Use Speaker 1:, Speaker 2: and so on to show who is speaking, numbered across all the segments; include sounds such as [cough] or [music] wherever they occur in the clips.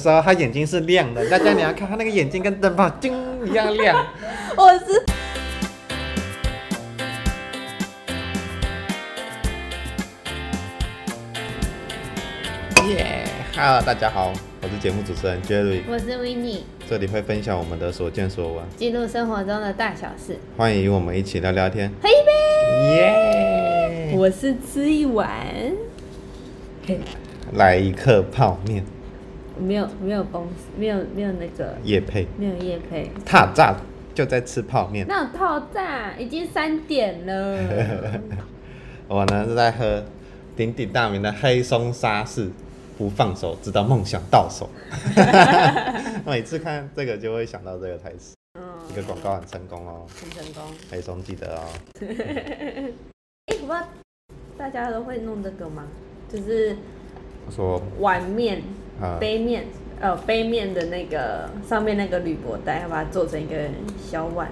Speaker 1: 时候，他眼睛是亮的，大家你要看他那个眼睛跟灯泡金一样亮。
Speaker 2: 我是
Speaker 1: 耶、哈喽，大家好，我是节目主持人 Jerry，
Speaker 2: 我是 w i n n i
Speaker 1: 这里会分享我们的所见所闻，
Speaker 2: 记录生活中的大小事，
Speaker 1: 欢迎与我们一起聊聊天。
Speaker 2: 喝一杯。
Speaker 1: 耶、
Speaker 2: 我是吃一碗，嘿，
Speaker 1: 来一克泡面，
Speaker 2: 没有没有公司，没有没有那个
Speaker 1: 夜配，
Speaker 2: 没有夜配，
Speaker 1: 踏炸就在吃泡面。
Speaker 2: 那种套炸已经三点 [laughs] 了，
Speaker 1: 我呢是在喝鼎鼎大名的黑松沙士，不放手，直到梦想到手。 [laughs] 每次看这个就会想到这个台词，
Speaker 2: 嗯，
Speaker 1: 一个广告很成功哦，
Speaker 2: 很成功。
Speaker 1: 黑松记得哦。
Speaker 2: 哎、我不知道大家都会弄这个吗？就是
Speaker 1: 我说
Speaker 2: 碗面、
Speaker 1: 啊，
Speaker 2: 杯面，呃，杯面的那个上面那个铝箔袋，要把它做成一个小碗。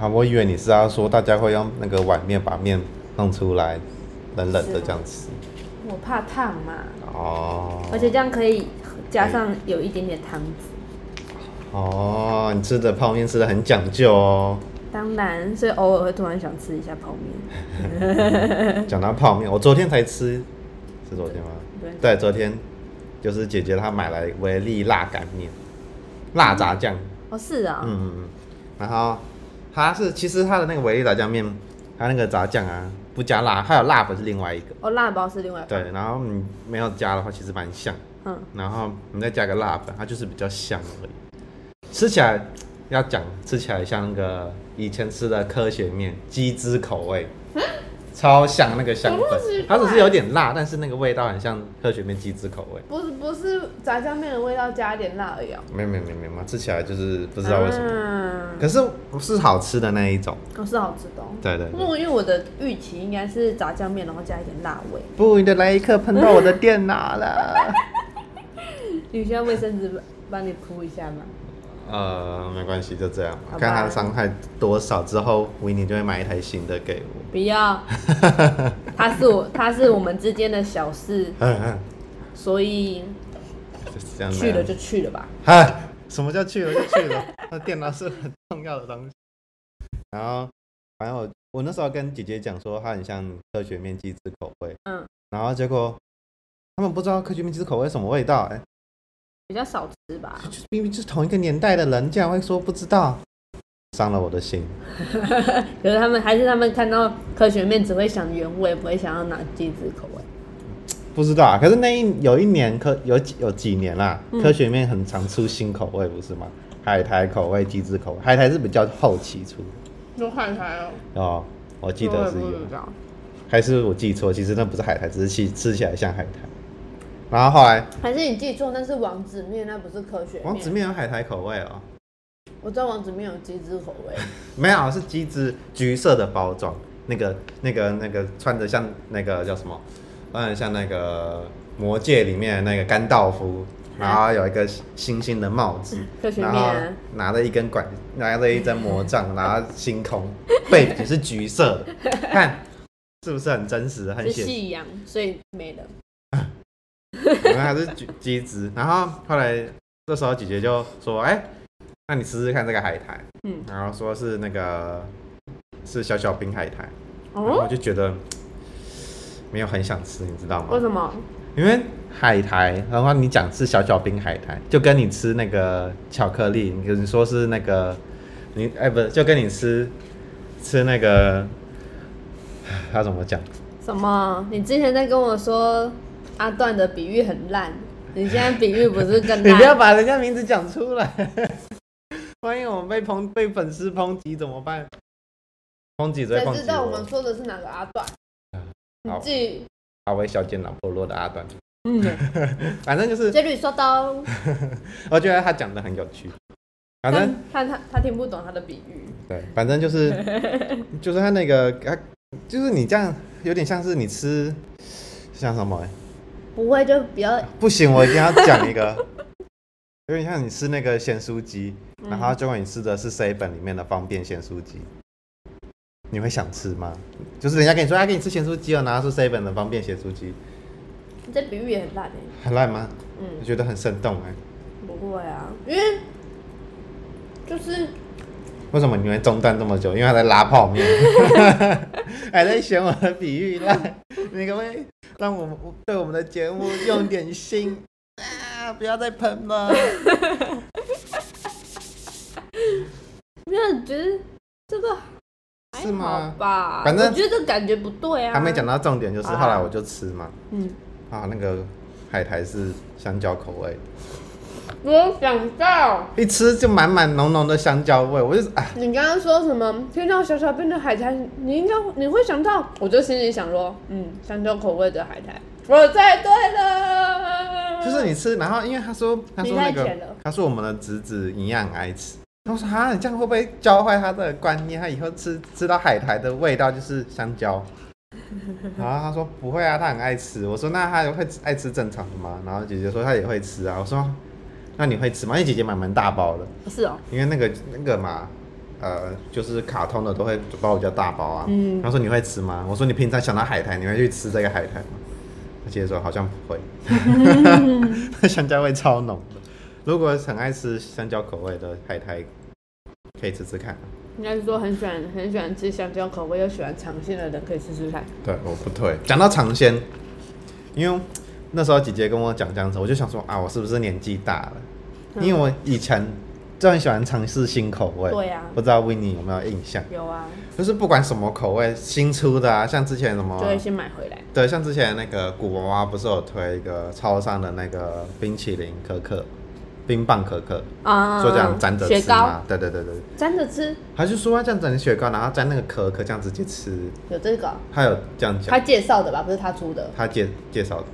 Speaker 1: 好，我以为你是要说大家会用那个碗面把面弄出来，冷冷的这样吃。
Speaker 2: 我怕烫嘛，
Speaker 1: 哦，
Speaker 2: 而且这样可以加上有一点点汤汁。
Speaker 1: 哦，你吃的泡面吃的很讲究哦。
Speaker 2: 当然，所以偶尔会突然想吃一下泡面。
Speaker 1: 讲到泡面，我昨天才吃，是昨天吗？
Speaker 2: 对对
Speaker 1: 对，昨天就是姐姐她买来维力辣擀面，辣炸酱，
Speaker 2: 哦，是啊、
Speaker 1: 嗯嗯嗯，然后它是其实它的那个维力炸酱面，它那个炸酱啊不加辣，还有辣粉是另外一个，
Speaker 2: 哦，辣包是另外一
Speaker 1: 对，然后你没有加的话其实蛮像，
Speaker 2: 嗯，
Speaker 1: 然后你再加个辣粉，它就是比较香而已，吃起来要讲吃起来像那个以前吃的科学面鸡汁口味。超像那个香
Speaker 2: 怎么那
Speaker 1: 粉
Speaker 2: 么奇怪，
Speaker 1: 它只是有点辣，但是那个味道很像科学面鸡汁口味。
Speaker 3: 不是不是炸酱面的味道加一点辣而已、哦。
Speaker 1: 没有没有没有没有，吃起来就是不知道为什么，
Speaker 2: 啊么
Speaker 1: 可是是好吃的那一种。
Speaker 2: 我是好吃的哦、
Speaker 1: 对对对。
Speaker 3: 因为
Speaker 2: 因为我的预期应该是炸酱面，然后加一点辣味。
Speaker 1: 不，你的来一刻碰到我的电脑了。
Speaker 2: 你需要卫生纸帮你铺一下吗？
Speaker 1: [laughs] 呃，没关系，就这样
Speaker 2: 好吧
Speaker 1: 看他的伤害多少之后，维尼就会买一台新的给我。 [laughs]
Speaker 2: 不要，它是我，它是我们之间的小事，
Speaker 1: 嗯嗯，
Speaker 2: 所以
Speaker 1: 就是这样。
Speaker 2: 去了就去了吧。
Speaker 1: 啊，
Speaker 3: 哎
Speaker 1: 什么叫去了就去了？
Speaker 3: [laughs]
Speaker 1: 那电脑是很重要的东西。然后，反正我我那时候跟姐姐讲说，它很像科学面鸡汁口味。
Speaker 2: 嗯。
Speaker 1: 然后结果他们不知道科学面鸡汁口味什么味道、哎，
Speaker 2: 比较少吃吧，
Speaker 1: 就明明就是同一个年代的人，竟然会说不知道，伤了我的心。
Speaker 2: 可是他们还是他们看到科学面只会想原味，不会想要拿鸡汁口味。
Speaker 1: 不知道啊，可是那一有一年科有几有几年啦、
Speaker 3: 嗯
Speaker 1: 科学面很常出新口味，不是吗？海苔口味、鸡汁口味，海苔是比较后期出
Speaker 3: 就看起来哦，
Speaker 1: 的哦，我记
Speaker 3: 我
Speaker 1: 得
Speaker 3: 也
Speaker 1: 是
Speaker 3: 不
Speaker 1: 有，
Speaker 3: 知道。
Speaker 1: 还是我记错？其实那不是海苔，只是吃吃起来像海苔。然后后来
Speaker 3: 还是你记错，那是王子面，那不是科学面。
Speaker 1: 王子，面有海苔口味哦，
Speaker 3: 我知道王子面有鸡汁口
Speaker 1: [laughs]
Speaker 3: 味。
Speaker 1: 没有是鸡汁橘色的包装，那个那个那个穿着像那个叫什么，嗯，像那个魔戒里面的那个甘道夫，然后有一个星星的帽子。
Speaker 2: 科学
Speaker 1: 然
Speaker 2: 面、
Speaker 1: 后
Speaker 2: 啊，
Speaker 1: 拿着一根管，拿着一根魔杖，然后星空背景是橘色
Speaker 2: [laughs]
Speaker 1: 的，看是不是很真实，很
Speaker 2: 是
Speaker 1: 写实？
Speaker 2: 夕阳，所以没了。
Speaker 1: 然后还是橘橘子。然后后来这时候姐姐就说：“哎、那你试试看这个海苔。”
Speaker 2: 嗯，
Speaker 1: 然后说是那个是小小冰海苔，然后
Speaker 2: 哦，
Speaker 1: 我就觉得嘖没有很想吃，你知道吗？
Speaker 2: 为什么？
Speaker 1: 因为海苔，然后你讲吃小小冰海苔，就跟你吃那个巧克力，你你说是那个，你哎不，就跟你吃吃那个， [sighs] 他怎么讲？
Speaker 2: 什么？你之前在跟我说阿段的比喻很烂，你现在比喻不是更
Speaker 1: [laughs] 你不要
Speaker 2: 烂？
Speaker 1: 把人家名字讲出来， [laughs] 万一我们被抨被粉丝抨击怎么办？抨击只会
Speaker 3: 谁
Speaker 1: 抨
Speaker 3: 知
Speaker 1: 击
Speaker 3: 道我
Speaker 1: 我
Speaker 3: 们。说的是哪个阿段？你
Speaker 1: 好
Speaker 3: 自，己
Speaker 1: 阿威小姐老婆落的阿短，
Speaker 2: 嗯，
Speaker 1: 反正就是
Speaker 2: 杰律说到，
Speaker 1: 我觉得他讲的很有趣，反正
Speaker 2: 但
Speaker 3: 看他他听不懂他的比喻。
Speaker 1: 对，反正就是
Speaker 3: [laughs]
Speaker 1: 就是他那个他就是你这样有点像是你吃像什么欸、
Speaker 2: 不会就比较
Speaker 1: 不行，我一定要讲一
Speaker 2: [laughs]
Speaker 1: 个，有点像你吃那个咸酥鸡，
Speaker 2: 嗯
Speaker 1: 然后结果你吃的是 seven 里面的方便咸酥鸡。你会想吃吗？就是人家跟你说，啊，给你吃咸酥鸡哦，然后是 seven 的方便咸酥鸡，
Speaker 2: 这比喻也很烂哎、
Speaker 1: 很烂吗？
Speaker 2: 嗯，
Speaker 1: 我觉得很生动哎、
Speaker 3: 不会啊，因为就是
Speaker 1: 为什么你会中断这么久？因为他在拉泡
Speaker 2: [laughs]
Speaker 1: 面，还在嫌我的比喻烂。你可不可以让我们对我们的节目用点心啊？不要再喷了。
Speaker 2: 没有觉得这个还
Speaker 1: 是
Speaker 2: 好
Speaker 1: 吗？
Speaker 2: 吧？
Speaker 1: 反正
Speaker 2: 我觉得这感觉不对啊。
Speaker 1: 还没讲
Speaker 3: 嗯
Speaker 1: 到重点，就是
Speaker 2: 好啦
Speaker 1: 后来我就吃嘛，
Speaker 2: 嗯，
Speaker 1: 啊，那个海苔是香蕉口味，
Speaker 3: 我想到
Speaker 1: 一吃就满满浓浓的香蕉味，我就啊，
Speaker 3: 你刚刚说什么，听到小小边的海苔，你应该你会想到，我就心里想说，嗯，香蕉口味的海苔，我猜对了，
Speaker 2: [laughs]
Speaker 1: 就是你吃，然后因为他说他说
Speaker 3: 你太
Speaker 1: 那个
Speaker 3: 甜了
Speaker 1: 他说我们的侄子营养癌吃，然后我说啊，你这样会不会教坏他的观念？他以后吃吃到海苔的味道就是香蕉。然后他说不会啊，他很爱吃。我说那他会吃爱吃正常的吗？然后姐姐说她也会吃啊。我说那你会吃吗？因为姐姐买蛮大包的，
Speaker 2: 是哦，
Speaker 1: 因为那个那个嘛，呃，就是卡通的都会包比较大包啊。
Speaker 2: 嗯
Speaker 1: 然后说你会吃吗？我说你平常想到海苔，你会去吃这个海苔吗？他姐姐说好像不会，
Speaker 3: [laughs]
Speaker 1: 那 [laughs] 香蕉味超浓的。如果很爱吃香蕉口味的海苔，可以吃吃看。
Speaker 3: 应该是说很喜欢很喜欢吃香蕉口味又喜欢尝鲜的人可以试试看。
Speaker 1: 对，我不退。讲到尝鲜，因为那时候姐姐跟我讲这样子，我就想说啊，我是不是年纪大了？
Speaker 3: 嗯
Speaker 1: 因为我以前就很喜欢尝试新口味。
Speaker 3: 对啊
Speaker 1: 不知道 w i n n i 有没有印象？
Speaker 3: 有啊，
Speaker 1: 就是不管什么口味新出的啊，像之前什么
Speaker 3: 就会先买回来。
Speaker 1: 对，像之前那个古娃娃不是有推一个超商的那个冰淇淋可可，冰棒可可，
Speaker 2: 啊
Speaker 1: 就这样沾着
Speaker 2: 雪
Speaker 1: 吃
Speaker 2: 糕
Speaker 1: 嘛。对对对对，
Speaker 2: 沾着吃，
Speaker 1: 他就说要这样沾雪糕，然后沾那个可可这样直接吃，
Speaker 3: 有这个，
Speaker 1: 他有这样
Speaker 3: 他
Speaker 1: 讲，
Speaker 3: 介绍的吧，不是他出的。
Speaker 1: 他介介绍的。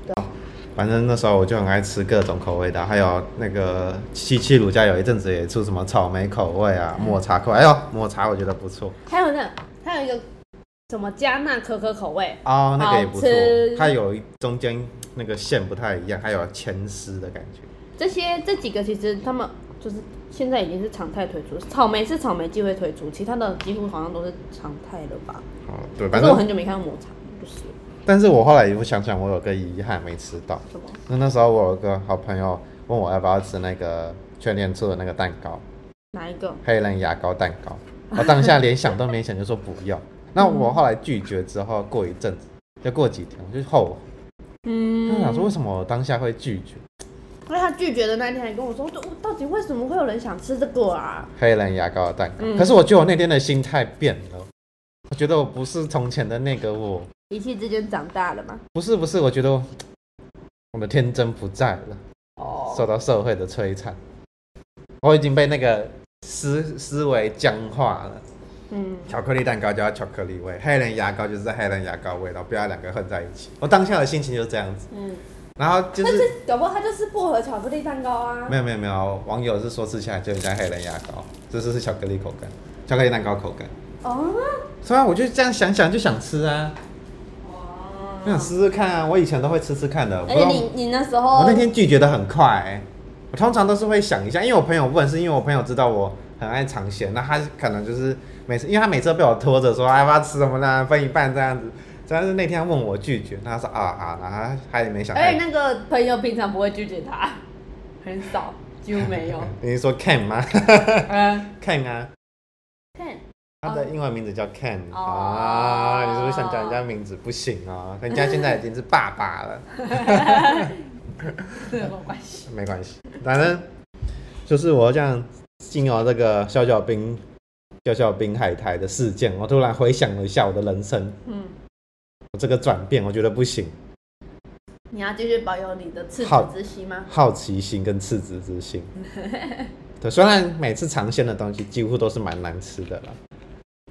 Speaker 1: 反正那时候我就很爱吃各种口味的，还有那个七七乳家有一阵子也出什么草莓口味啊、抹茶口味，哎呦，抹茶我觉得不错
Speaker 2: 还有那
Speaker 3: 他有一个什么加纳可可口味，
Speaker 1: 哦，那
Speaker 2: 好
Speaker 1: 个也不错
Speaker 2: 吃，
Speaker 1: 它有一中间那个线不太一样，还有牵丝的感觉。
Speaker 2: 这些这几个，其实他们就是现在已经是常态推出，草莓是草莓季会推出，其他的几乎好像都是常态了吧？
Speaker 1: 哦，对，
Speaker 2: 可
Speaker 1: 反
Speaker 2: 是我
Speaker 1: 正
Speaker 2: 很久没看到抹茶，不是
Speaker 1: 但是我后来我想想，我有个遗憾没吃到。
Speaker 2: 什么？
Speaker 1: 那那时候我有个好朋友问我要不要吃那个全联出的那个蛋糕，
Speaker 2: 哪一个？
Speaker 1: 黑人牙膏蛋糕，我当下连想都没想就说不要。
Speaker 2: 嗯
Speaker 1: 那我后来拒绝之后，过一阵子，就过几天，我就后悔，
Speaker 2: 嗯
Speaker 1: 就想说为什么我当下会拒绝
Speaker 3: 因为他拒绝的那一天还跟我说，我到底为什么会有人想吃这个啊？
Speaker 1: 黑人牙膏的蛋糕？
Speaker 2: 嗯
Speaker 1: 可是我觉得我那天的心态变了，我觉得我不是从前的那个我，
Speaker 2: 一气之间长大了嘛？
Speaker 1: 不是不是，我觉得我我的天真不在了。
Speaker 3: 哦，
Speaker 1: 受到社会的摧残，我已经被那个思思维僵化了。
Speaker 2: 嗯，
Speaker 1: 巧克力蛋糕就要巧克力味，黑人牙膏就是黑人牙膏味，然后不要两个混在一起。我当下的心情就是这样子，
Speaker 2: 嗯，
Speaker 1: 然后就是
Speaker 3: 搞不好他就是薄荷巧克力蛋糕啊。
Speaker 1: 没有没有没有，网友是说吃起来就很像黑人牙膏，这是是巧克力口感，巧克力蛋糕口感。
Speaker 3: 哦，
Speaker 1: 虽然我就这样想想就想吃啊，我想试试看啊，我以前都会吃吃看的，我
Speaker 2: 而
Speaker 1: 不知
Speaker 2: 且
Speaker 1: 道
Speaker 2: 你你那时候
Speaker 1: 我那天拒绝的很快、欸，我通常都是会想一下，因为我朋友问，是因为我朋友知道我很爱尝鲜，那他可能就是每次，因为他每次都被我拖着说，哎，要不要吃什么呢？分一半这样子。但是那天他问我拒绝，那他说啊啊，然后他他也没想到。哎
Speaker 2: 而且那个朋友平常不会拒绝他， [laughs] 很少，几乎没
Speaker 1: [laughs]
Speaker 2: 有。
Speaker 1: [laughs] 你是说 Ken 吗 [laughs]
Speaker 2: 嗯，
Speaker 1: ？Ken 啊，
Speaker 2: 看，
Speaker 1: 他的英文名字叫 Ken
Speaker 2: 哦
Speaker 1: 啊，你是不是想讲人家名字？不行哦，人家现在已经是爸爸了。
Speaker 2: 这有没有关系？
Speaker 1: 没关系，反正就是我这样经由这个小小兵、小小兵海苔的事件，我突然回想了一下我的人生，
Speaker 2: 嗯，
Speaker 1: 我这个转变，我觉得不行，
Speaker 3: 你要继续保有你的赤子
Speaker 1: 好
Speaker 3: 之心吗？
Speaker 1: 好奇心跟赤子之心。对，虽然每次尝鲜的东西几乎都是蛮难吃的啦，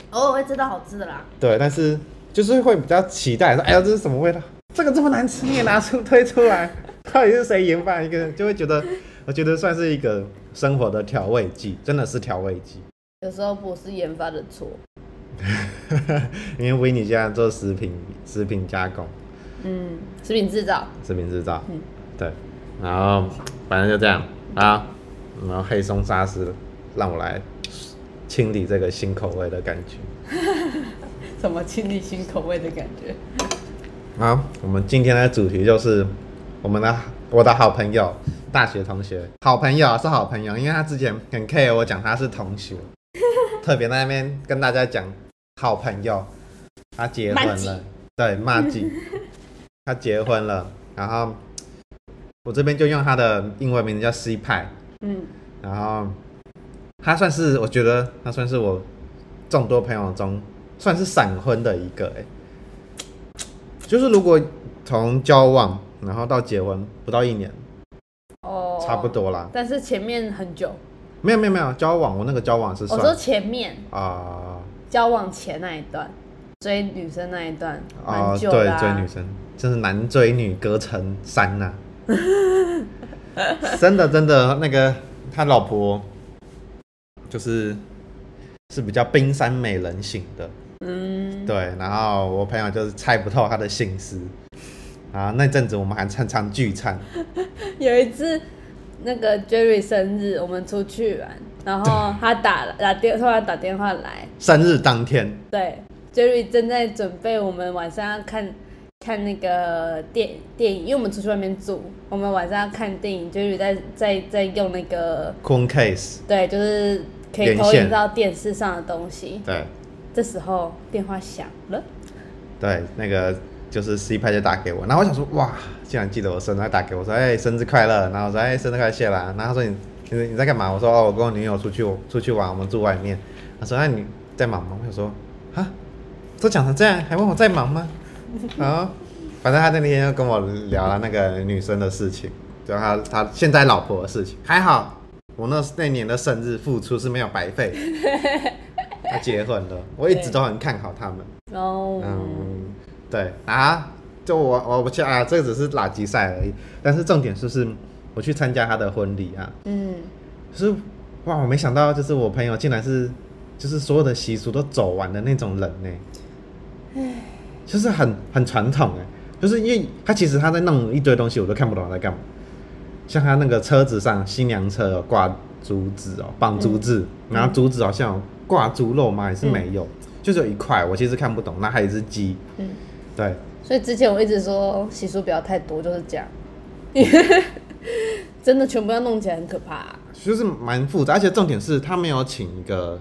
Speaker 3: 偶
Speaker 2: 哦
Speaker 3: 尔会吃到好吃的啦。
Speaker 1: 对，但是就是会比较期待说，哎呀，这是什么味道？这个这么难吃，你也拿出推出来，到底是谁研发一个？就会觉得，我觉得算是一个生活的调味剂，真的是调味剂。
Speaker 3: 有时候不是研发的错，
Speaker 1: [laughs] 因为维尼现在做食品、食品加工、
Speaker 3: 嗯，食品制造，
Speaker 1: 食品制造，
Speaker 3: 嗯
Speaker 1: 对，然后反正就这样啊，然后黑松沙司让我来清理这个新口味的感觉。
Speaker 2: 什么清理新口味的感觉？
Speaker 1: 好，我们今天的主题就是我们的我的好朋友，大学同学，好朋友啊是好朋友，因为他之前很 care 我讲他是同
Speaker 2: [laughs]
Speaker 1: 学，特别在那边跟大家讲好朋友，他结
Speaker 2: 骂
Speaker 1: 婚
Speaker 2: 鸡
Speaker 1: 了，对，骂
Speaker 2: [laughs]
Speaker 1: 鸡，他结婚了，然后我这边就用他的英文名字叫 C 派，
Speaker 2: 嗯，
Speaker 1: 然后他算是我觉得他算是我众多朋友中算是闪婚的一个、欸，就是如果从交往然后到结婚不到一年，
Speaker 2: 哦，
Speaker 1: 差不。多啦。
Speaker 2: 但是前面很久，
Speaker 1: 没有没有没有交往，我那个交往是
Speaker 2: 我
Speaker 1: 算
Speaker 2: 说前面
Speaker 1: 啊
Speaker 2: 交往前那一段，追女生那一段，
Speaker 1: 啊、
Speaker 2: 蛮久
Speaker 1: 对
Speaker 2: 的、啊
Speaker 1: 追女生，真是男追女隔层山呐、 [laughs] 真的真的那个他老婆就是是比较冰山美人型的。
Speaker 2: 嗯，
Speaker 1: 对，然后我朋友就是猜不透他的心思。啊，那阵子我们还常常聚餐，
Speaker 2: [laughs] 有一次那个 Jerry 生日，我们出去玩，然后他打打电突然打电话来，
Speaker 1: 生日当天，
Speaker 2: 对，Jerry 正在准备我们晚上要看看那个电电影，因为我们出去外面住，我们晚上要看电影，Jerry 在在在用那个
Speaker 1: Coon Case，
Speaker 2: 对，就是可以
Speaker 1: 连
Speaker 2: 投
Speaker 1: 线
Speaker 2: 影到电视上的东西。
Speaker 1: 对
Speaker 2: 这时候电话响了，
Speaker 1: 对，那个就是 C 派就打给我，然后我想说，哇，竟然记得我生日，他打给我说，哎、生日快乐，然后我说，哎、生日快乐，谢啦，然后他说你你你在干嘛？我说，哦，我跟我女友出去出去玩，我们住外面。他说，那哎你在忙吗？我想说，啊，都讲成这样，还问我在忙吗？ [laughs] 然后反正他那天就跟我聊了那个女生的事情，就他他现在老婆的事情，还好我那那年的生日付出是没有白费，他结婚了，我一直都很看好他们。
Speaker 2: 然后、
Speaker 1: 嗯，对啊，就我我我去啊，这个只是垃圾赛而已。但是重点就是我去参加他的婚礼啊，
Speaker 2: 嗯，
Speaker 1: 就是哇，我没想到就是我朋友竟然是就是所有的习俗都走完的那种人呢、就是很很传统哎、就是因为他其实他在弄一堆东西，我都看不懂他在干嘛。像他那个车子上，新娘车有挂竹子哦，绑竹子，然后竹子好像有挂猪肉吗？还是没有？就只有一块，我其实看不懂。那还有一只鸡，
Speaker 2: 嗯
Speaker 1: 对，
Speaker 2: 所以之前我一直说习俗不要太多，就是这样， [laughs] 真的全部要弄起来很可怕、啊
Speaker 1: 就是蛮复杂，而且重点是他没有请一个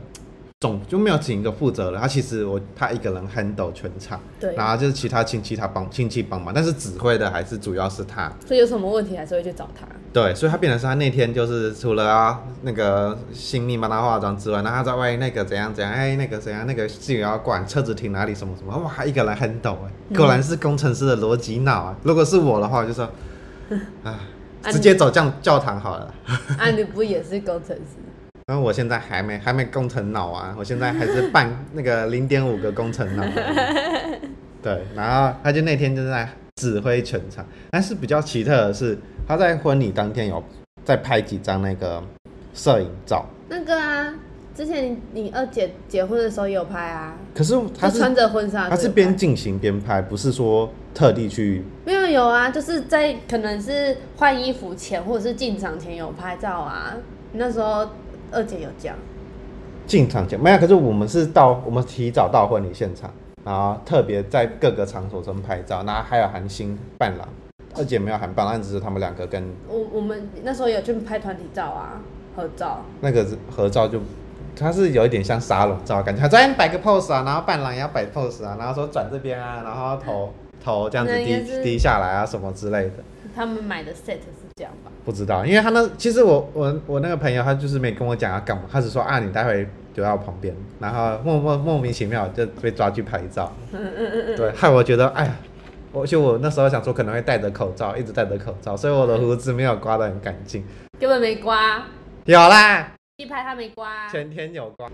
Speaker 1: 总，就没有请一个负责人，他其实我他一个人 handle 全场，
Speaker 2: 对，
Speaker 1: 然后就是其他亲戚他帮亲戚帮忙，但是指挥的还是主要是他，
Speaker 2: 所以有什么问题还是会去找他。
Speaker 1: 对，所以他变成是他那天就是除了啊那个新密帮他化妆之外，然后他在外那个怎样怎样，哎那个怎样那个自己要管车子停哪里什么什么，哇他一个人 handle 哎、果然是工程师的逻辑脑啊，如果是我的话我就说，啊
Speaker 2: 啊
Speaker 1: 直接走教教堂好了。
Speaker 2: 啊，你不也是工程师？
Speaker 1: 然后我现在还没还没工程脑啊，我现在还是半那个零点五个工程
Speaker 2: [laughs]
Speaker 1: 脑而已。对，然后他就那天就在指挥全场，但是比较奇特的是，他在婚礼当天有再拍几张那个摄影照，
Speaker 2: 那个啊，之前你你二姐结婚的时候也有拍啊，
Speaker 1: 可是他
Speaker 2: 就是穿着婚纱的时候有拍，
Speaker 1: 他
Speaker 2: 啊
Speaker 1: 是边进行边拍，不是说特地去
Speaker 2: 没有有啊，就是在可能是换衣服前或者是进场前有拍照啊。那时候二姐有讲，
Speaker 1: 进场前没有，可是我们是到我们提早到婚礼现场，然后特别在各个场所中拍照，然后还有韩星伴郎，二姐没有韩伴郎，只是他们两个跟
Speaker 2: 我我们那时候有去拍团体照啊，合照。
Speaker 1: 那个合照就，它是有一点像沙龙照，感觉他昨天摆个 pose 啊，然后伴郎也要摆 pose 啊，然后说转这边啊，然后
Speaker 2: [laughs]
Speaker 1: 头头这样子
Speaker 2: 那应该
Speaker 1: 低
Speaker 2: 是
Speaker 1: 低下来啊什么之类的，
Speaker 2: 他们买的 set 是这样吧？
Speaker 1: 不知道，因为他那其实我我我那个朋友他就是没跟我讲要干嘛，他只说啊你待会留在我旁边，然后莫莫莫名其妙就被抓去拍
Speaker 2: [laughs]
Speaker 1: 照，对，害我觉得哎呀。我就我那时候想说可能会戴着口罩，一直戴着口罩，所以我的胡子没有刮得很干净。
Speaker 2: 根本没刮，
Speaker 1: 有啦，
Speaker 2: 一拍他没刮，
Speaker 1: 全天有刮。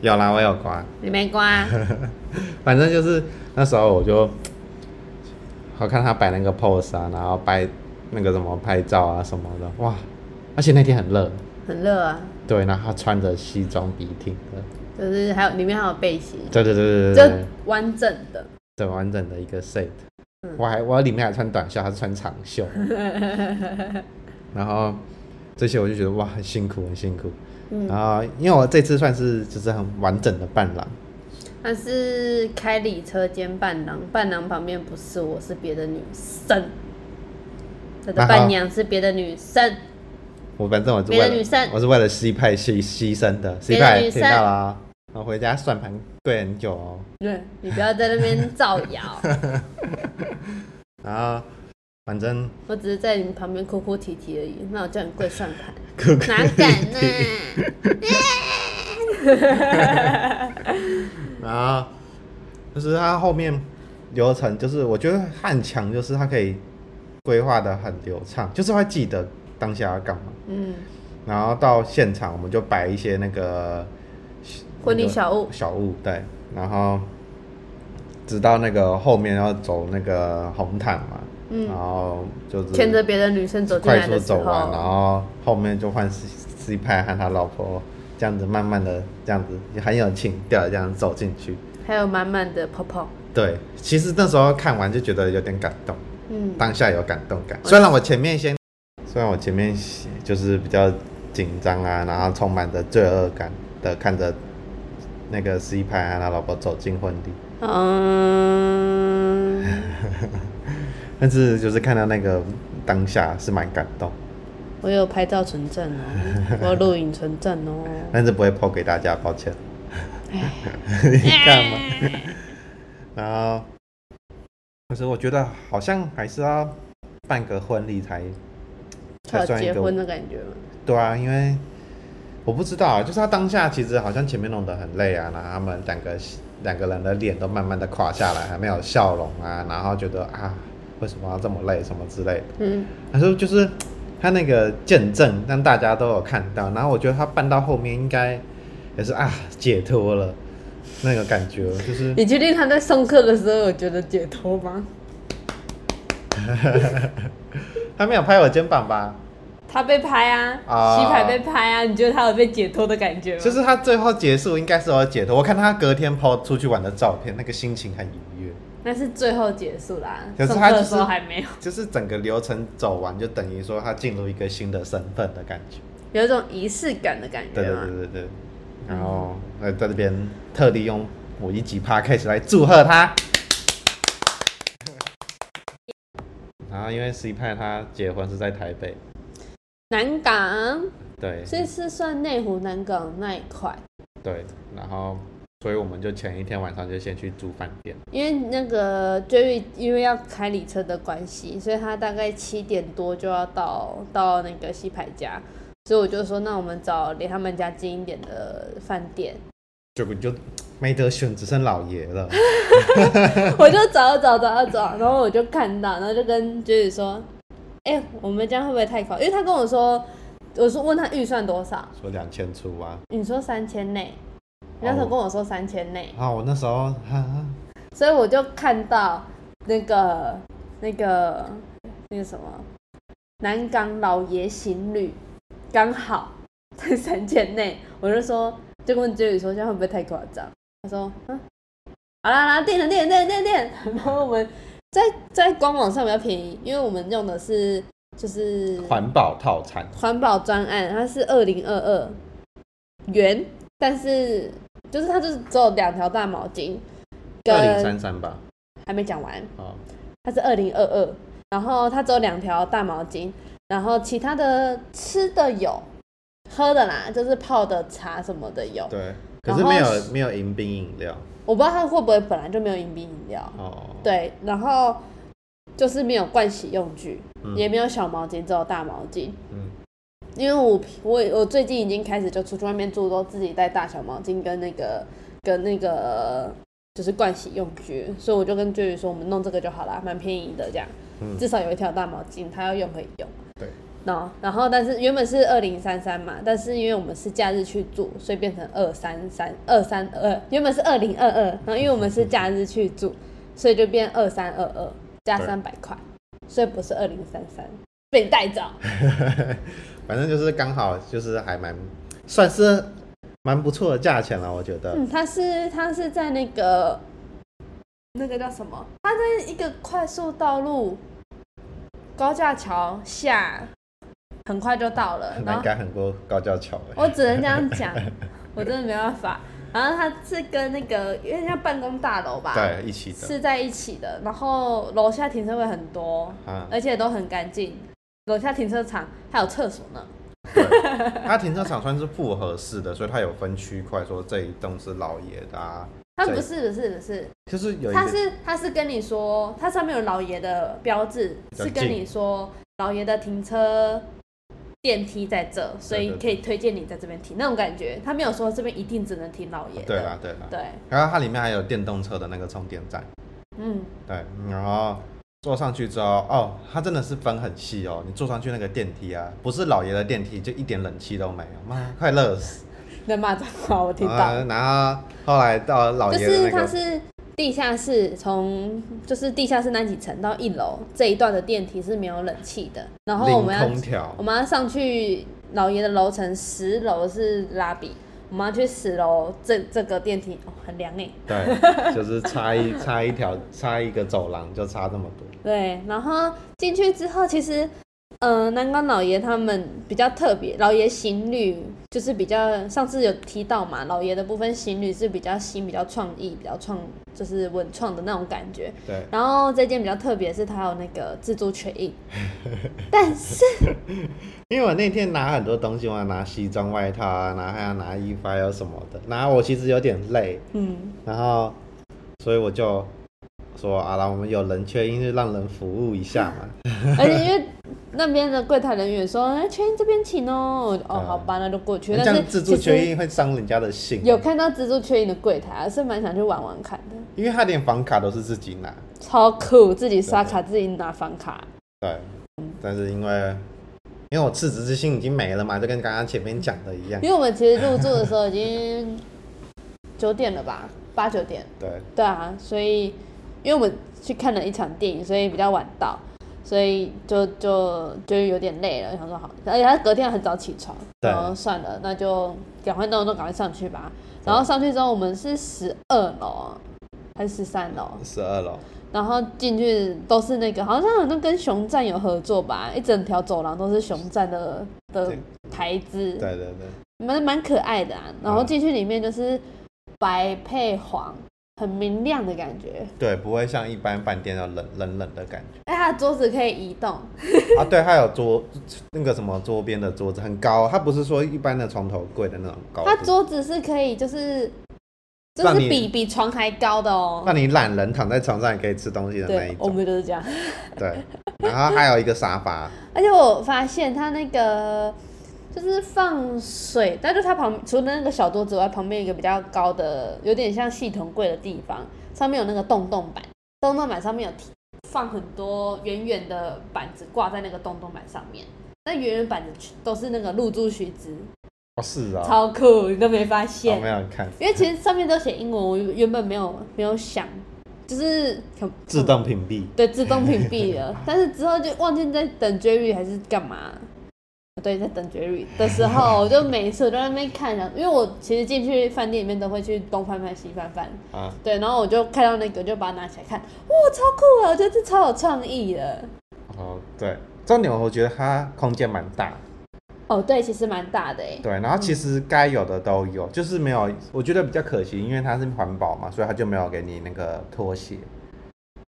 Speaker 1: 有啦，我有刮。
Speaker 2: 你没刮，
Speaker 1: [laughs] 反正就是那时候我就，我看他摆那个 pose 啊，然后摆那个什么拍照啊什么的，哇！而且那天很热，
Speaker 2: 很热啊，
Speaker 1: 对，然后他穿着西装笔挺的，
Speaker 2: 就是还有里面还有背心，
Speaker 1: 对对对对对
Speaker 2: 就
Speaker 1: 对，
Speaker 2: 完整的。
Speaker 1: 整完整的一个 set，
Speaker 2: 嗯
Speaker 1: 我还我里面还穿短袖，还是穿长
Speaker 2: [laughs]
Speaker 1: 袖，然后这些我就觉得哇，很辛苦，很辛苦。然
Speaker 2: 嗯，
Speaker 1: 后因为我这次算是就是很完整的伴郎，
Speaker 2: 他是开礼车兼伴郎，伴郎旁边不是我，是别的女生。他的伴娘是别的女生，
Speaker 1: 我反正我是
Speaker 2: 别的
Speaker 1: 为了
Speaker 2: 女生
Speaker 1: 我是为了 C 派牺牺牲的，C
Speaker 2: 别的
Speaker 1: 派
Speaker 2: 女
Speaker 1: 听
Speaker 2: 生
Speaker 1: 到啦、然后回家算盘跪很久哦。
Speaker 2: 对你不要在那边造
Speaker 1: [laughs]
Speaker 2: 谣，
Speaker 1: 然后反
Speaker 2: [laughs]
Speaker 1: 正
Speaker 2: 我只是在你旁边哭哭啼啼而已，那我叫你跪算
Speaker 1: [laughs]
Speaker 2: 盘，
Speaker 1: 哥哥
Speaker 2: 哪敢呢、
Speaker 1: [laughs] 然后就是他后面流程，就是我觉得汉强就是他可以规划的很流畅，就是会记得当下要干嘛。
Speaker 2: 嗯，
Speaker 1: 然后到现场我们就摆一些那个
Speaker 2: 婚礼
Speaker 1: 那个
Speaker 2: 小物
Speaker 1: 小物对，然后直到那个后面要走那个红毯嘛，
Speaker 2: 嗯
Speaker 1: 然后就是
Speaker 2: 牵着别的女生走进
Speaker 1: 快
Speaker 2: 来
Speaker 1: 速
Speaker 2: 的时
Speaker 1: 走完，然
Speaker 2: 候，
Speaker 1: 后后面就换 C C 派和他老婆这样子慢慢的这样子也很有情调地这样走进去。
Speaker 2: 还有满满的泡泡，
Speaker 1: 对，其实那时候看完就觉得有点感动，
Speaker 2: 嗯，
Speaker 1: 当下有感动感。虽然我前面先，虽然我前面就是比较紧张啊，然后充满着罪恶感的看着那个 C 派和他老婆走进婚礼，
Speaker 2: 嗯， [laughs]
Speaker 1: 但是就是看到那个当下是蛮感动，
Speaker 2: 我有拍照存
Speaker 1: [laughs]
Speaker 2: 证哦，我有录影存证哦，
Speaker 1: 但是不会抛给大家，抱歉。
Speaker 2: 哎
Speaker 1: [laughs] 你干嘛？ [laughs] 然后，可是我觉得好像还是要办个婚礼才才
Speaker 2: 还有
Speaker 1: 算一
Speaker 2: 结
Speaker 1: 个
Speaker 2: 婚的感觉吗？
Speaker 1: 对啊，因为我不知道啊，就是他当下其实好像前面弄得很累啊，然后他们两个两个人的脸都慢慢的垮下来，还没有笑容啊，然后觉得啊，为什么要这么累什么之类的。
Speaker 2: 嗯，
Speaker 1: 可是就是他那个见证让大家都有看到，然后我觉得他啊办到后面应该也是啊解脱了那个感觉，就是
Speaker 2: 你确定他在上课的时候有觉得解脱吗？
Speaker 1: 他没有拍我肩膀吧？
Speaker 2: 他被拍啊，
Speaker 1: 啊
Speaker 2: 洗牌被拍啊，你觉得他有被解脱的感觉吗？
Speaker 1: 就是他最后结束应该是有解脱，我看他隔天 PO 出去玩的照片，那个心情很愉悦。
Speaker 2: 那是最后结束啦，
Speaker 1: 可是
Speaker 2: 上
Speaker 1: 他
Speaker 2: 课
Speaker 1: 就
Speaker 2: 的
Speaker 1: 是
Speaker 2: 时候还没有，
Speaker 1: 就是整个流程走完，就等于说他进入一个新的身份的感觉。
Speaker 2: 有一种仪式感的感觉
Speaker 1: 对
Speaker 2: 啊
Speaker 1: 对
Speaker 2: 吗？
Speaker 1: 对对对。然后呃，在这边特地用我一集 podcast 来祝贺他。然后因为 C 派他结婚是在台北，
Speaker 2: 南港，
Speaker 1: 对
Speaker 2: 这是算内湖南港那一块，
Speaker 1: 对，然后所以我们就前一天晚上就先去住饭店，
Speaker 2: 因为那个 Jerry 因为要开礼车的关系，所以他大概七点多就要到到那个西牌家，所以我就说，那我们找离他们家近一点的饭店，
Speaker 1: 结果就没得选，只剩老爷了。
Speaker 2: 我就找找找找，然后我就看到，然后就跟娟子说：“哎、我们这样会不会太高？因为他跟我说，我说问他预算多少，
Speaker 1: 说两千出啊，
Speaker 2: 你说三千内，你那时候跟我说三千内，
Speaker 1: 啊，我那时候哈哈，
Speaker 2: 所以我就看到那个那个那个什么南港老爷行旅刚好在三千内，我就说就跟娟子说这样会不会太夸张？他说嗯，好啦好啦，定了定了定了定了定了，然后我们在在官网上比较便宜，因为我们用的是就是
Speaker 1: 环保套餐，
Speaker 2: 环保专案，它是二零二二元，但是就是它就是只有两条大毛巾，
Speaker 1: 二零
Speaker 2: 跟
Speaker 1: 三三吧，
Speaker 2: 还没讲完，
Speaker 1: 啊，
Speaker 2: 它是二零二二，然后它只有两条大毛巾，然后其他的吃的有，喝的啦，就是泡的茶什么的有，
Speaker 1: 对，可
Speaker 2: 然
Speaker 1: 是没
Speaker 2: 后
Speaker 1: 有没有迎宾饮料
Speaker 2: 我不知道它会不会本来就没有饮冰饮料，
Speaker 1: 哦，
Speaker 2: 对，然后就是没有盥洗用具，
Speaker 1: 嗯
Speaker 2: 也没有小毛巾，只有大毛巾。
Speaker 1: 嗯，
Speaker 2: 因为我我我最近已经开始就出去外面住，都自己带大小毛巾跟那个跟那个就是盥洗用具，所以我就跟俊宇说，我们弄这个就好啦，蛮便宜的这样，
Speaker 1: 嗯
Speaker 2: 至少有一条大毛巾，他要用可以用。
Speaker 1: 对。 [laughs]
Speaker 2: 然后然后但是原本是二零三三嘛，但是因为我们是假日去住，所以变成二三三二三二，原本是二零二二，然后因为我们是假日去住，所以就变二三二二加
Speaker 1: 对
Speaker 2: 三百块，所以不是二零三三被你带走。
Speaker 1: 反正就是刚好就是还蛮算是蛮不错的价钱了，我觉得。
Speaker 2: 嗯，他是他是在那个那个叫什么？他在一个快速道路高架桥下，很快就到了。
Speaker 1: 那
Speaker 2: 然
Speaker 1: 应
Speaker 2: 后
Speaker 1: 该很过高教桥哎、
Speaker 2: 我只能这
Speaker 1: [laughs]
Speaker 2: 样讲，我真的没办法。然后他是跟那个因为像办公大楼吧，，
Speaker 1: 对，一起的
Speaker 2: 是在一起的。然后楼下停车位很多， [laughs]
Speaker 1: 啊，
Speaker 2: 而且都很干净。楼下停车场还有厕所呢。
Speaker 1: 它停车场算是复合式的，所以它有分区块，说这一栋是老爷的啊，
Speaker 2: 它
Speaker 1: 对
Speaker 2: 不是不是不是，
Speaker 1: 就是有一
Speaker 2: 它
Speaker 1: 个
Speaker 2: 是它是跟你说，它上面有老爷的标志，
Speaker 1: 比较
Speaker 2: 是跟
Speaker 1: 近
Speaker 2: 你说老爷的停车电梯在这，所以
Speaker 1: 对对
Speaker 2: 可以推荐你在这边停那种感觉。它没有说这边一定只能停老爷的。
Speaker 1: 对啦对啦，
Speaker 2: 对，
Speaker 1: 然后它里面还有电动车的那个充电站，
Speaker 2: 嗯，
Speaker 1: 对，然后坐上去之后，哦，它真的是分很细哦，你坐上去那个电梯啊，不是老爷的电梯，就一点冷气都没有，妈快乐死，
Speaker 2: 那骂脏话我听到。
Speaker 1: 啊，然后后来到老
Speaker 2: 就
Speaker 1: 爷的
Speaker 2: 是
Speaker 1: 那
Speaker 2: 它
Speaker 1: 个，
Speaker 2: 是地下室，从就是地下室那几层到一楼这一段的电梯是没有冷气的，然后我
Speaker 1: 零
Speaker 2: 们要
Speaker 1: 空调
Speaker 2: 我，们要上去老爷的楼层，十楼是拉比，我们要去十楼这这个电梯哦，很凉哎。
Speaker 1: 对，就是差一差一条差一个走廊就差这么多，
Speaker 2: 对，然后进去之后，其实，嗯、南港老爷他们比较特别，老爷行旅就是比较上次有提到嘛，老爷的部分行旅是比较新、比较创意、比较创就是文创的那种感觉。
Speaker 1: 对，
Speaker 2: 然后这件比较特别，是它有那个自助确印，但是
Speaker 1: 因为我那天拿很多东西，我还拿西装外套啊，然后还要拿衣服还有什么的，然后我其实有点累，
Speaker 2: 嗯，
Speaker 1: 然后所以我就说啊，那我们有人缺，因为让人服务一下嘛。 [laughs]
Speaker 2: 而且因为那边的柜台人员说，哎，确认这边请哦，我就哦，
Speaker 1: 嗯
Speaker 2: 好吧，那就过去。
Speaker 1: 这
Speaker 2: 但是
Speaker 1: 样自助
Speaker 2: 其
Speaker 1: 缺
Speaker 2: 实
Speaker 1: 印会伤人家的啊心，
Speaker 2: 有看到自助确印的柜台，啊还是蛮想去玩玩看的，
Speaker 1: 因为他连房卡都是自己拿，
Speaker 2: 超酷，自己刷卡，自己拿房卡，
Speaker 1: 对，但是因为。因为我赤子之心已经没了嘛，就跟刚刚前面讲的一样
Speaker 2: 因，为我们其实入住的时候已经九点了吧，八九点。
Speaker 1: 对，
Speaker 2: 对啊，所以因为我们去看了一场电影，所以比较晚到，所以就就就有点累了，想说好，而且他隔天很早起床，
Speaker 1: 对
Speaker 2: 然后算了，那就赶快弄弄，赶快上去吧。
Speaker 1: 对
Speaker 2: 然后上去之后，我们是十二楼还是十三楼，
Speaker 1: 十二楼，
Speaker 2: 然后进去都是那个，好像好像跟熊站有合作吧，一整条走廊都是熊站的的
Speaker 1: 对
Speaker 2: 牌子，
Speaker 1: 对嗯对对，
Speaker 2: 蛮蛮可爱的啊。然后进去里面就是白配黄，很明亮的感觉。
Speaker 1: 对，不会像一般饭店的冷冷冷的感觉
Speaker 2: 哎，它的桌子可以移动，
Speaker 1: 啊。对，它有桌那个什么桌边的桌子很高，它不是说一般的床头柜的那种高度，
Speaker 2: 它桌子是可以就是就
Speaker 1: 让
Speaker 2: 是
Speaker 1: 你
Speaker 2: 比比床还高的哦。
Speaker 1: 让你懒人躺在床上也可以吃东西的那一
Speaker 2: 对，我
Speaker 1: 种。
Speaker 2: 们就是这样。
Speaker 1: 对，然后还有一个沙发，
Speaker 2: 而且我发现它那个就是放水，但就它旁除了那个小桌子外，旁边有一个比较高的，有点像系统柜的地方，上面有那个洞洞板，洞洞板上面有提放很多圆圆的板子挂在那个洞洞板上面。那圆圆板子都是那个露珠须知，
Speaker 1: 哦是啊、
Speaker 2: 超酷，你都没发
Speaker 1: 我
Speaker 2: 现。
Speaker 1: 没有看，
Speaker 2: 因为其实上面都写英文，我原本没有没有想，就是可
Speaker 1: 自动屏蔽。
Speaker 2: 对自动屏蔽了，但是之后就忘记在等 Jerry 还是干嘛。对，在等 Jerry 的时候，我就每一次我都在那边看，然后因为我其实进去饭店里面都会去东翻翻西翻翻，
Speaker 1: 啊，
Speaker 2: 对，然后我就看到那个，我就把它拿起来看，哇，超酷啊！我觉得这超有创意的。
Speaker 1: 哦对，重点我觉得它空间蛮大，
Speaker 2: 哦，对，其实蛮大的欸诶。
Speaker 1: 对，然后
Speaker 2: 嗯
Speaker 1: 其实该有的都有，就是没有，我觉得比较可惜，因为它是环保嘛，所以它就没有给你那个拖鞋，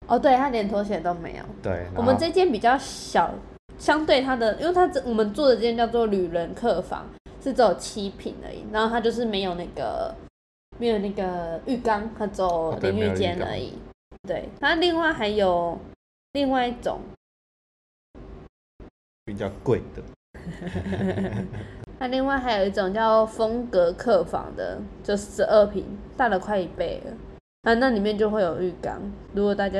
Speaker 2: 哦，对，它连拖鞋都没有。
Speaker 1: 对，然
Speaker 2: 我
Speaker 1: 后
Speaker 2: 们这间比较小，相对它的，因为它这我们住的这间叫做旅人客房，是只有七平而已，然后它就是没有那个没有那个浴缸，它只有
Speaker 1: 哦对
Speaker 2: 淋
Speaker 1: 没有
Speaker 2: 浴
Speaker 1: 浴
Speaker 2: 间
Speaker 1: 缸
Speaker 2: 而已。对，它另外还有另外一种，
Speaker 1: 比较贵的，
Speaker 2: 它另外还有一种叫风格客房的，就十二平，大了快一倍了。啊，那里面就会有浴缸，如果大家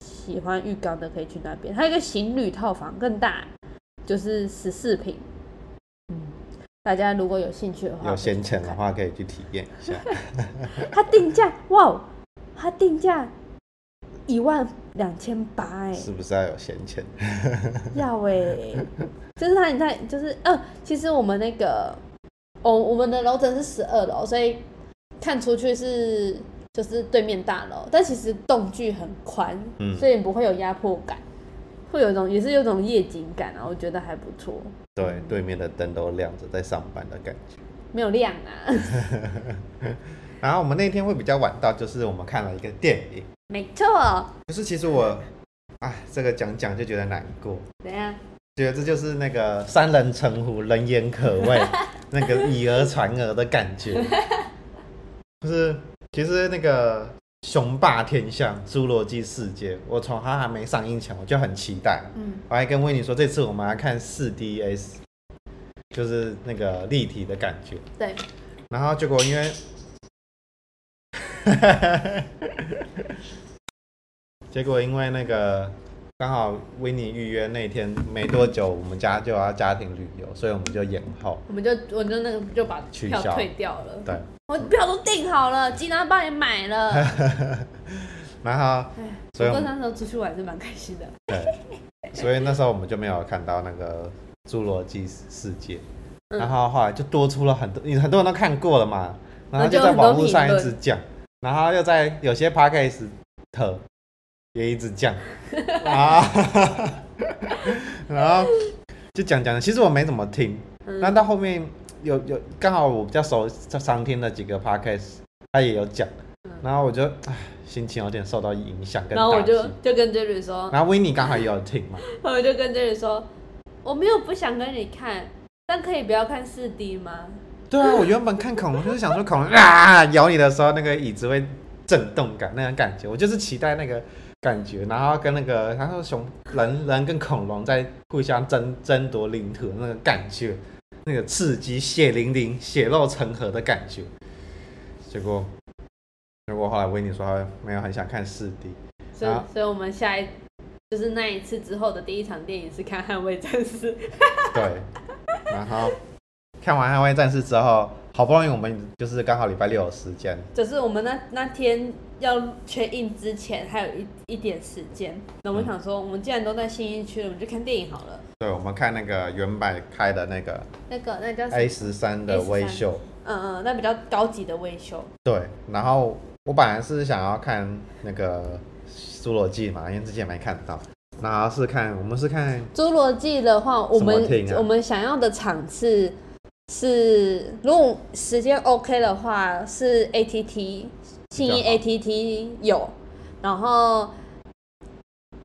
Speaker 2: 喜欢浴缸的，可以去那边。还有一个情侣套房更大，就是十四平。嗯，大家如果有兴趣的话，
Speaker 1: 有闲钱
Speaker 2: 可以
Speaker 1: 的
Speaker 2: 去
Speaker 1: 话可以去体验一
Speaker 2: [laughs]
Speaker 1: 下，
Speaker 2: 看它定价哇哦，它定价一万两千八哎，
Speaker 1: 是不是要有闲钱？
Speaker 2: 要哎、
Speaker 1: [laughs]
Speaker 2: 就是他，你看，就是嗯，其实我们那个，哦，我们的楼层是十二楼，所以看出去是就是对面大楼，但其实动距很宽，
Speaker 1: 嗯
Speaker 2: 所以不会有压迫感，会有一种也是有一种夜景感啊，我觉得还不错，
Speaker 1: 对，对面的灯都亮着，在上班的感觉。
Speaker 2: 没有亮啊， [laughs]
Speaker 1: 然后我们那天会比较晚到，就是我们看了一个电影，
Speaker 2: 没错，
Speaker 1: 啊可是其实我，哎，这个讲讲就觉得难过，
Speaker 2: 等一下
Speaker 1: 觉得这就是那个三人成虎，人言可畏，那个以讹传讹的感觉。就是其实那个雄霸天下，《侏罗纪世界》，我从它还没上映前我就很期待，
Speaker 2: 嗯，
Speaker 1: 我还跟威尼说，这次我们要看四 DS，就是那个立体的感觉。
Speaker 2: 对，
Speaker 1: 然后结果因为， [laughs] 结果因为那个刚好维尼预约那天没多久，我们家就要家庭旅游，所以我们就延后。 [laughs]
Speaker 2: 我们就我就那个就把
Speaker 1: 取
Speaker 2: 票
Speaker 1: 消
Speaker 2: 退掉了，
Speaker 1: 对，
Speaker 2: 我票都订好了，吉拿帮也买了，
Speaker 1: [laughs] 然后
Speaker 2: 哎，
Speaker 1: 所以
Speaker 2: 不
Speaker 1: 我
Speaker 2: 过
Speaker 1: 们
Speaker 2: 那时候出去玩是蛮开心的， [laughs]
Speaker 1: 对，所以那时候我们就没有看到那个《侏罗纪世界》，
Speaker 2: 嗯
Speaker 1: 然后后来就多出了很多，因为很多人都看过了嘛，然后
Speaker 2: 那
Speaker 1: 就
Speaker 2: 就
Speaker 1: 在
Speaker 2: 很多
Speaker 1: 网络上
Speaker 2: 评
Speaker 1: 一
Speaker 2: 论
Speaker 1: 直讲，然后又在有些 podcast 特也一直
Speaker 2: [laughs]
Speaker 1: 讲啊， [laughs] 然后就讲讲，其实我没怎么听，那
Speaker 2: 嗯，
Speaker 1: 到后面有有刚好我比较熟常听的几个 podcast，他也有讲
Speaker 2: 嗯，
Speaker 1: 然后我就唉心情有点受到影响跟
Speaker 2: 然后我
Speaker 1: 打击
Speaker 2: 就，就跟 Jerry 说， [laughs]
Speaker 1: 然后维尼刚好也有听嘛。
Speaker 2: 我就跟 Jerry 说，我没有不想跟你看，但可以不要看四 D 吗？
Speaker 1: 对啊，我原本看恐龙就是想说恐龙啊咬你的时候那个椅子会震动感那种感觉，我就是期待那个感觉，然后跟那个他说熊人人跟恐龙在互相争争夺领土的那个感觉，那个刺激血淋淋、血肉成河的感觉。结果，结果后来维尼说他没有很想看四 D，
Speaker 2: 所以，
Speaker 1: 好
Speaker 2: 所以我们下一就是那一次之后的第一场电影是看《捍卫战士》， [laughs]
Speaker 1: 对，然后看完《捍卫战士》之后，好不容易我们就是刚好礼拜六有时间，
Speaker 2: 就是我们那那天要确印之前还有一一点时间，那我们想说，我们既然都在新一区了，我们就看电影好了。
Speaker 1: 对，我们看那个原版开的那个
Speaker 2: 那个那叫什
Speaker 1: A
Speaker 2: 么？
Speaker 1: 十三的
Speaker 2: A13
Speaker 1: 微秀，
Speaker 2: 嗯嗯，那比较高级的维修。
Speaker 1: 对。然后我本来是想要看那个《侏罗纪》嘛，因为之前没看到。然后是看我们是看
Speaker 2: 《侏罗纪》的话，我
Speaker 1: 怎
Speaker 2: 们
Speaker 1: 么听啊
Speaker 2: 我们想要的场次是，如果时间 OK 的话，是 ATT 信
Speaker 1: 比
Speaker 2: 义
Speaker 1: 较好
Speaker 2: ATT 有，然后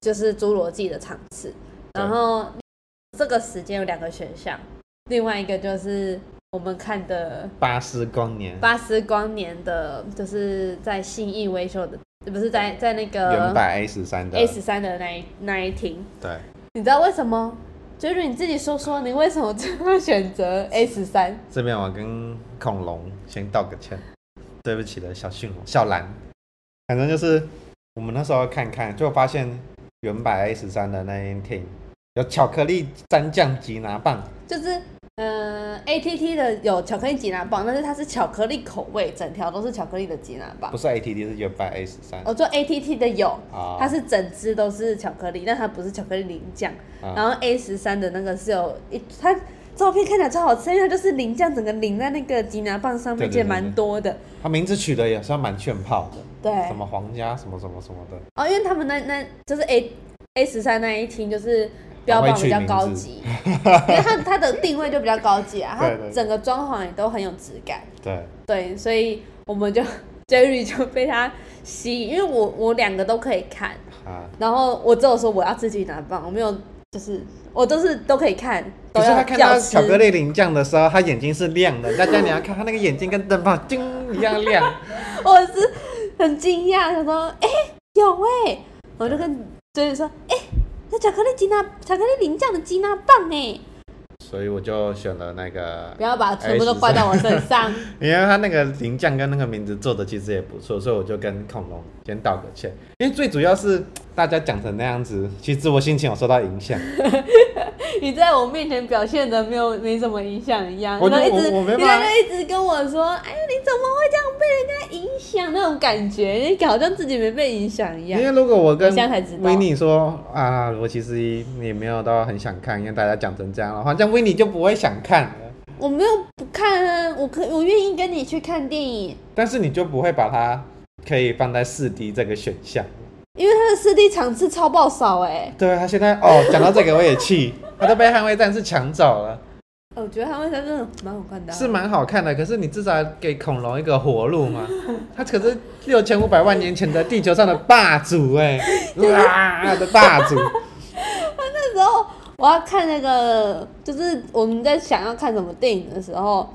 Speaker 2: 就是《侏罗纪》的场次，
Speaker 1: 对
Speaker 2: 然后这个时间有两个选项，另外一个就是我们看的
Speaker 1: 《巴斯光年》
Speaker 2: 《巴斯光年》的，就是在信义维修的，不是在在那
Speaker 1: 原
Speaker 2: 个
Speaker 1: 版 A 十三的
Speaker 2: A 十三的那一那一厅。
Speaker 1: 对，
Speaker 2: 你知道为什么？就是你自己说说，你为什么最后选择 A 十三？
Speaker 1: 这边我跟恐龙先道个歉，对不起的小迅龙、小蓝。反正就是我们那时候看看，就发现原版 A 十三的那一厅有巧克力蘸酱吉拿棒，
Speaker 2: 就是呃，ATT 的有巧克力吉拿棒，但是它是巧克力口味，整条都是巧克力的吉拿棒哦
Speaker 1: 不。是 ATD 是原版 A 十三。
Speaker 2: 我做 ATT 的有，
Speaker 1: 啊
Speaker 2: 它是整只都是巧克力，但它不是巧克力淋酱。
Speaker 1: 啊
Speaker 2: 然后 A 十三的那个是有一，它照片看起来超好吃，因为它就是淋酱整个淋在那个吉拿棒上面，
Speaker 1: 对对
Speaker 2: 其实
Speaker 1: 对
Speaker 2: 蛮
Speaker 1: 对
Speaker 2: 多的。
Speaker 1: 他名字取得也算蛮炫炮的，
Speaker 2: 对，
Speaker 1: 什么皇家什么什么什么的，
Speaker 2: 哦，因为他们那那就是 A A 十三那一厅就是标榜比较高级，因为它它的定位就比较高级啊，
Speaker 1: 对
Speaker 2: 它
Speaker 1: 对
Speaker 2: 整个装潢也都很有质感，
Speaker 1: 对，
Speaker 2: 对，所以我们就 Jerry 就被它吸引，因为我我两个都可以看，
Speaker 1: 啊。
Speaker 2: 然后我只有说我要自己拿棒，我没有就是我都是都可以看，都
Speaker 1: 可是
Speaker 2: 要
Speaker 1: 他看到
Speaker 2: 要吃
Speaker 1: 巧克力淋酱的时候，他眼睛是亮的。大家你要看他那个眼睛跟灯泡金一样亮。
Speaker 2: 我是很惊讶，想说，哎、有哎、我就跟 Jerry 说，哎、那巧克力吉拿巧克力淋酱的吉拿棒哎、
Speaker 1: [laughs] 所以我就选了那个
Speaker 2: 不，要把全部都怪到我身上。
Speaker 1: 因为他那个淋酱跟那个名字做的其实也不错，所以我就跟恐龙先道个歉。因为最主要是大家讲成那样子，其实我心情有受到影响。
Speaker 2: [laughs] 你在我面前表现的没有没什么影响一样，
Speaker 1: 我就
Speaker 2: 然后一直
Speaker 1: 我我没办
Speaker 2: 你
Speaker 1: 法
Speaker 2: 在那一直跟我说，哎，你怎么会这样被人家影响？那种感觉，你好像自己没被影响一
Speaker 1: 因为
Speaker 2: 样。
Speaker 1: 如果我跟
Speaker 2: 我现在才知道
Speaker 1: 维尼说啊，我其实也没有到很想看，因为大家讲成这样的话，这样维尼就不会想看了。
Speaker 2: 我没有不看啊，我可我愿意跟你去看电影，
Speaker 1: 但是你就不会把它可以放在四 D 这个选项。
Speaker 2: 因为他的四 D 场次超爆少哎、
Speaker 1: 对他现在哦，讲到这个我也
Speaker 2: [laughs]
Speaker 1: 气，他都被捍卫战士抢走了，
Speaker 2: 哦我觉得他们真的蛮好看的、啊
Speaker 1: 是？蛮好看的。可是你至少给恐龙一个活路嘛，他可是六千五百万年前的地
Speaker 2: [laughs]
Speaker 1: 球上的霸主哎、哇的霸主，
Speaker 2: 那时候我要看那个，就是我们在想要看什么电影的时候，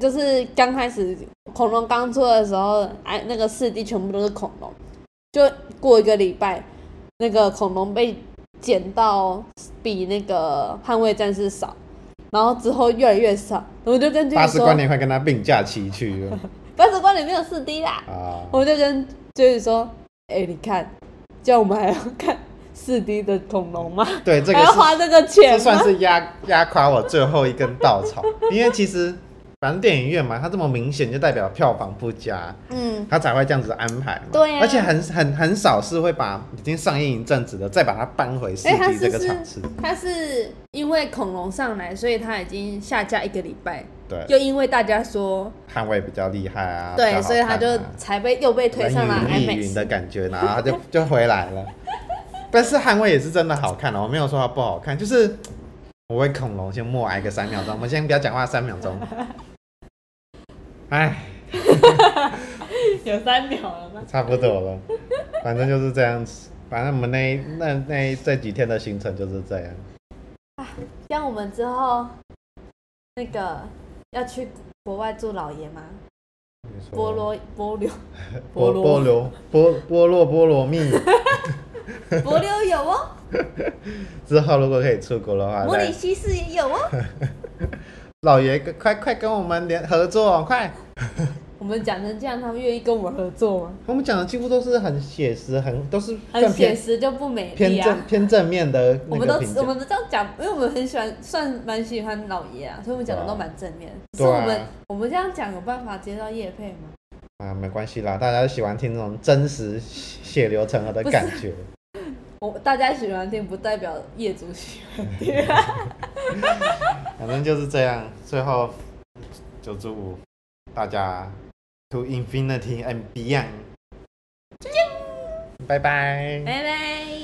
Speaker 2: 就是刚开始恐龙刚出的时候，哎，那个四 D 全部都是恐龙，就过一个礼拜，那个恐龙被减到比那个捍卫战士少，然后之后越来越少，我就跟
Speaker 1: 八
Speaker 2: Judy
Speaker 1: 十
Speaker 2: 说
Speaker 1: 关，联快跟他并驾齐驱了
Speaker 2: 八十关里没有四 D 啦， [laughs]
Speaker 1: 啊！
Speaker 2: 我就跟 Judy 说，哎、你看，这样我们还要看四 D 的恐龙吗？
Speaker 1: 对，这个
Speaker 2: 还要
Speaker 1: 是
Speaker 2: 花这个
Speaker 1: 这
Speaker 2: 钱吗？
Speaker 1: 算是压压垮我最后一根稻草，因为其实反正电影院嘛，它这么明显就代表票房不佳，
Speaker 2: 嗯，
Speaker 1: 它才会这样子安排嘛。
Speaker 2: 对啊
Speaker 1: 而且很很很少是会把已经上映一阵子的再把它搬回四
Speaker 2: 哎，它
Speaker 1: D 这
Speaker 2: 是
Speaker 1: 个场
Speaker 2: 是
Speaker 1: 次。
Speaker 2: 它是因为恐龙上来，所以它已经下架一个礼拜，
Speaker 1: 对，
Speaker 2: 又因为大家说
Speaker 1: 捍卫比较厉害啊，比较
Speaker 2: 对，
Speaker 1: 好
Speaker 2: 所以它
Speaker 1: 看
Speaker 2: 就
Speaker 1: 啊
Speaker 2: 才被又被推
Speaker 1: 人
Speaker 2: 上了
Speaker 1: 云亦云
Speaker 2: IMAX。
Speaker 1: 的感觉，然后他就就回来了。但是捍卫也是真的好看哦，我没有说它不好看，就是我为恐龙先默哀个三秒钟，我们先不要讲话三秒钟。哎，
Speaker 2: 有三秒了吗？
Speaker 1: 差不多了，反正就是这样子。反正我们那一那那一这几天的行程就是这样。
Speaker 2: 像我们之后那个要去国外住老爷吗？
Speaker 1: 你说
Speaker 2: 菠萝
Speaker 1: [laughs]
Speaker 2: 菠萝
Speaker 1: 菠
Speaker 2: 菠
Speaker 1: 菠萝菠菠萝菠萝蜜
Speaker 2: [laughs] 菠萝有哦，
Speaker 1: 之后如果可以出国的话，
Speaker 2: 摩里
Speaker 1: 再
Speaker 2: 西斯也
Speaker 1: [laughs]
Speaker 2: 有哦。
Speaker 1: 老爷快快跟我们联合作哦，快！
Speaker 2: 我们讲成这样，他们愿意跟我们合作吗？
Speaker 1: 我们讲的几乎都是很写实，很都是
Speaker 2: 很
Speaker 1: 更
Speaker 2: 写
Speaker 1: 偏
Speaker 2: 实就不美
Speaker 1: 偏
Speaker 2: 丽啊
Speaker 1: 正。偏正面的那
Speaker 2: 我们都
Speaker 1: 个评
Speaker 2: 我
Speaker 1: 价。
Speaker 2: 们都这样讲，因为我们很喜欢，算蛮喜欢老爷啊，所以我们讲的
Speaker 1: 对啊
Speaker 2: 都蛮正面。只是
Speaker 1: 对啊
Speaker 2: 我们、我们这样讲有办法接到叶配吗？
Speaker 1: 啊，没关系啦，大家都喜欢听那种真实血流成河的感觉。
Speaker 2: 我大家喜欢听，不代表业主喜欢听。
Speaker 1: [laughs] 反正就是这样，最后就祝大家 to infinity and beyond。拜拜。
Speaker 2: 拜拜。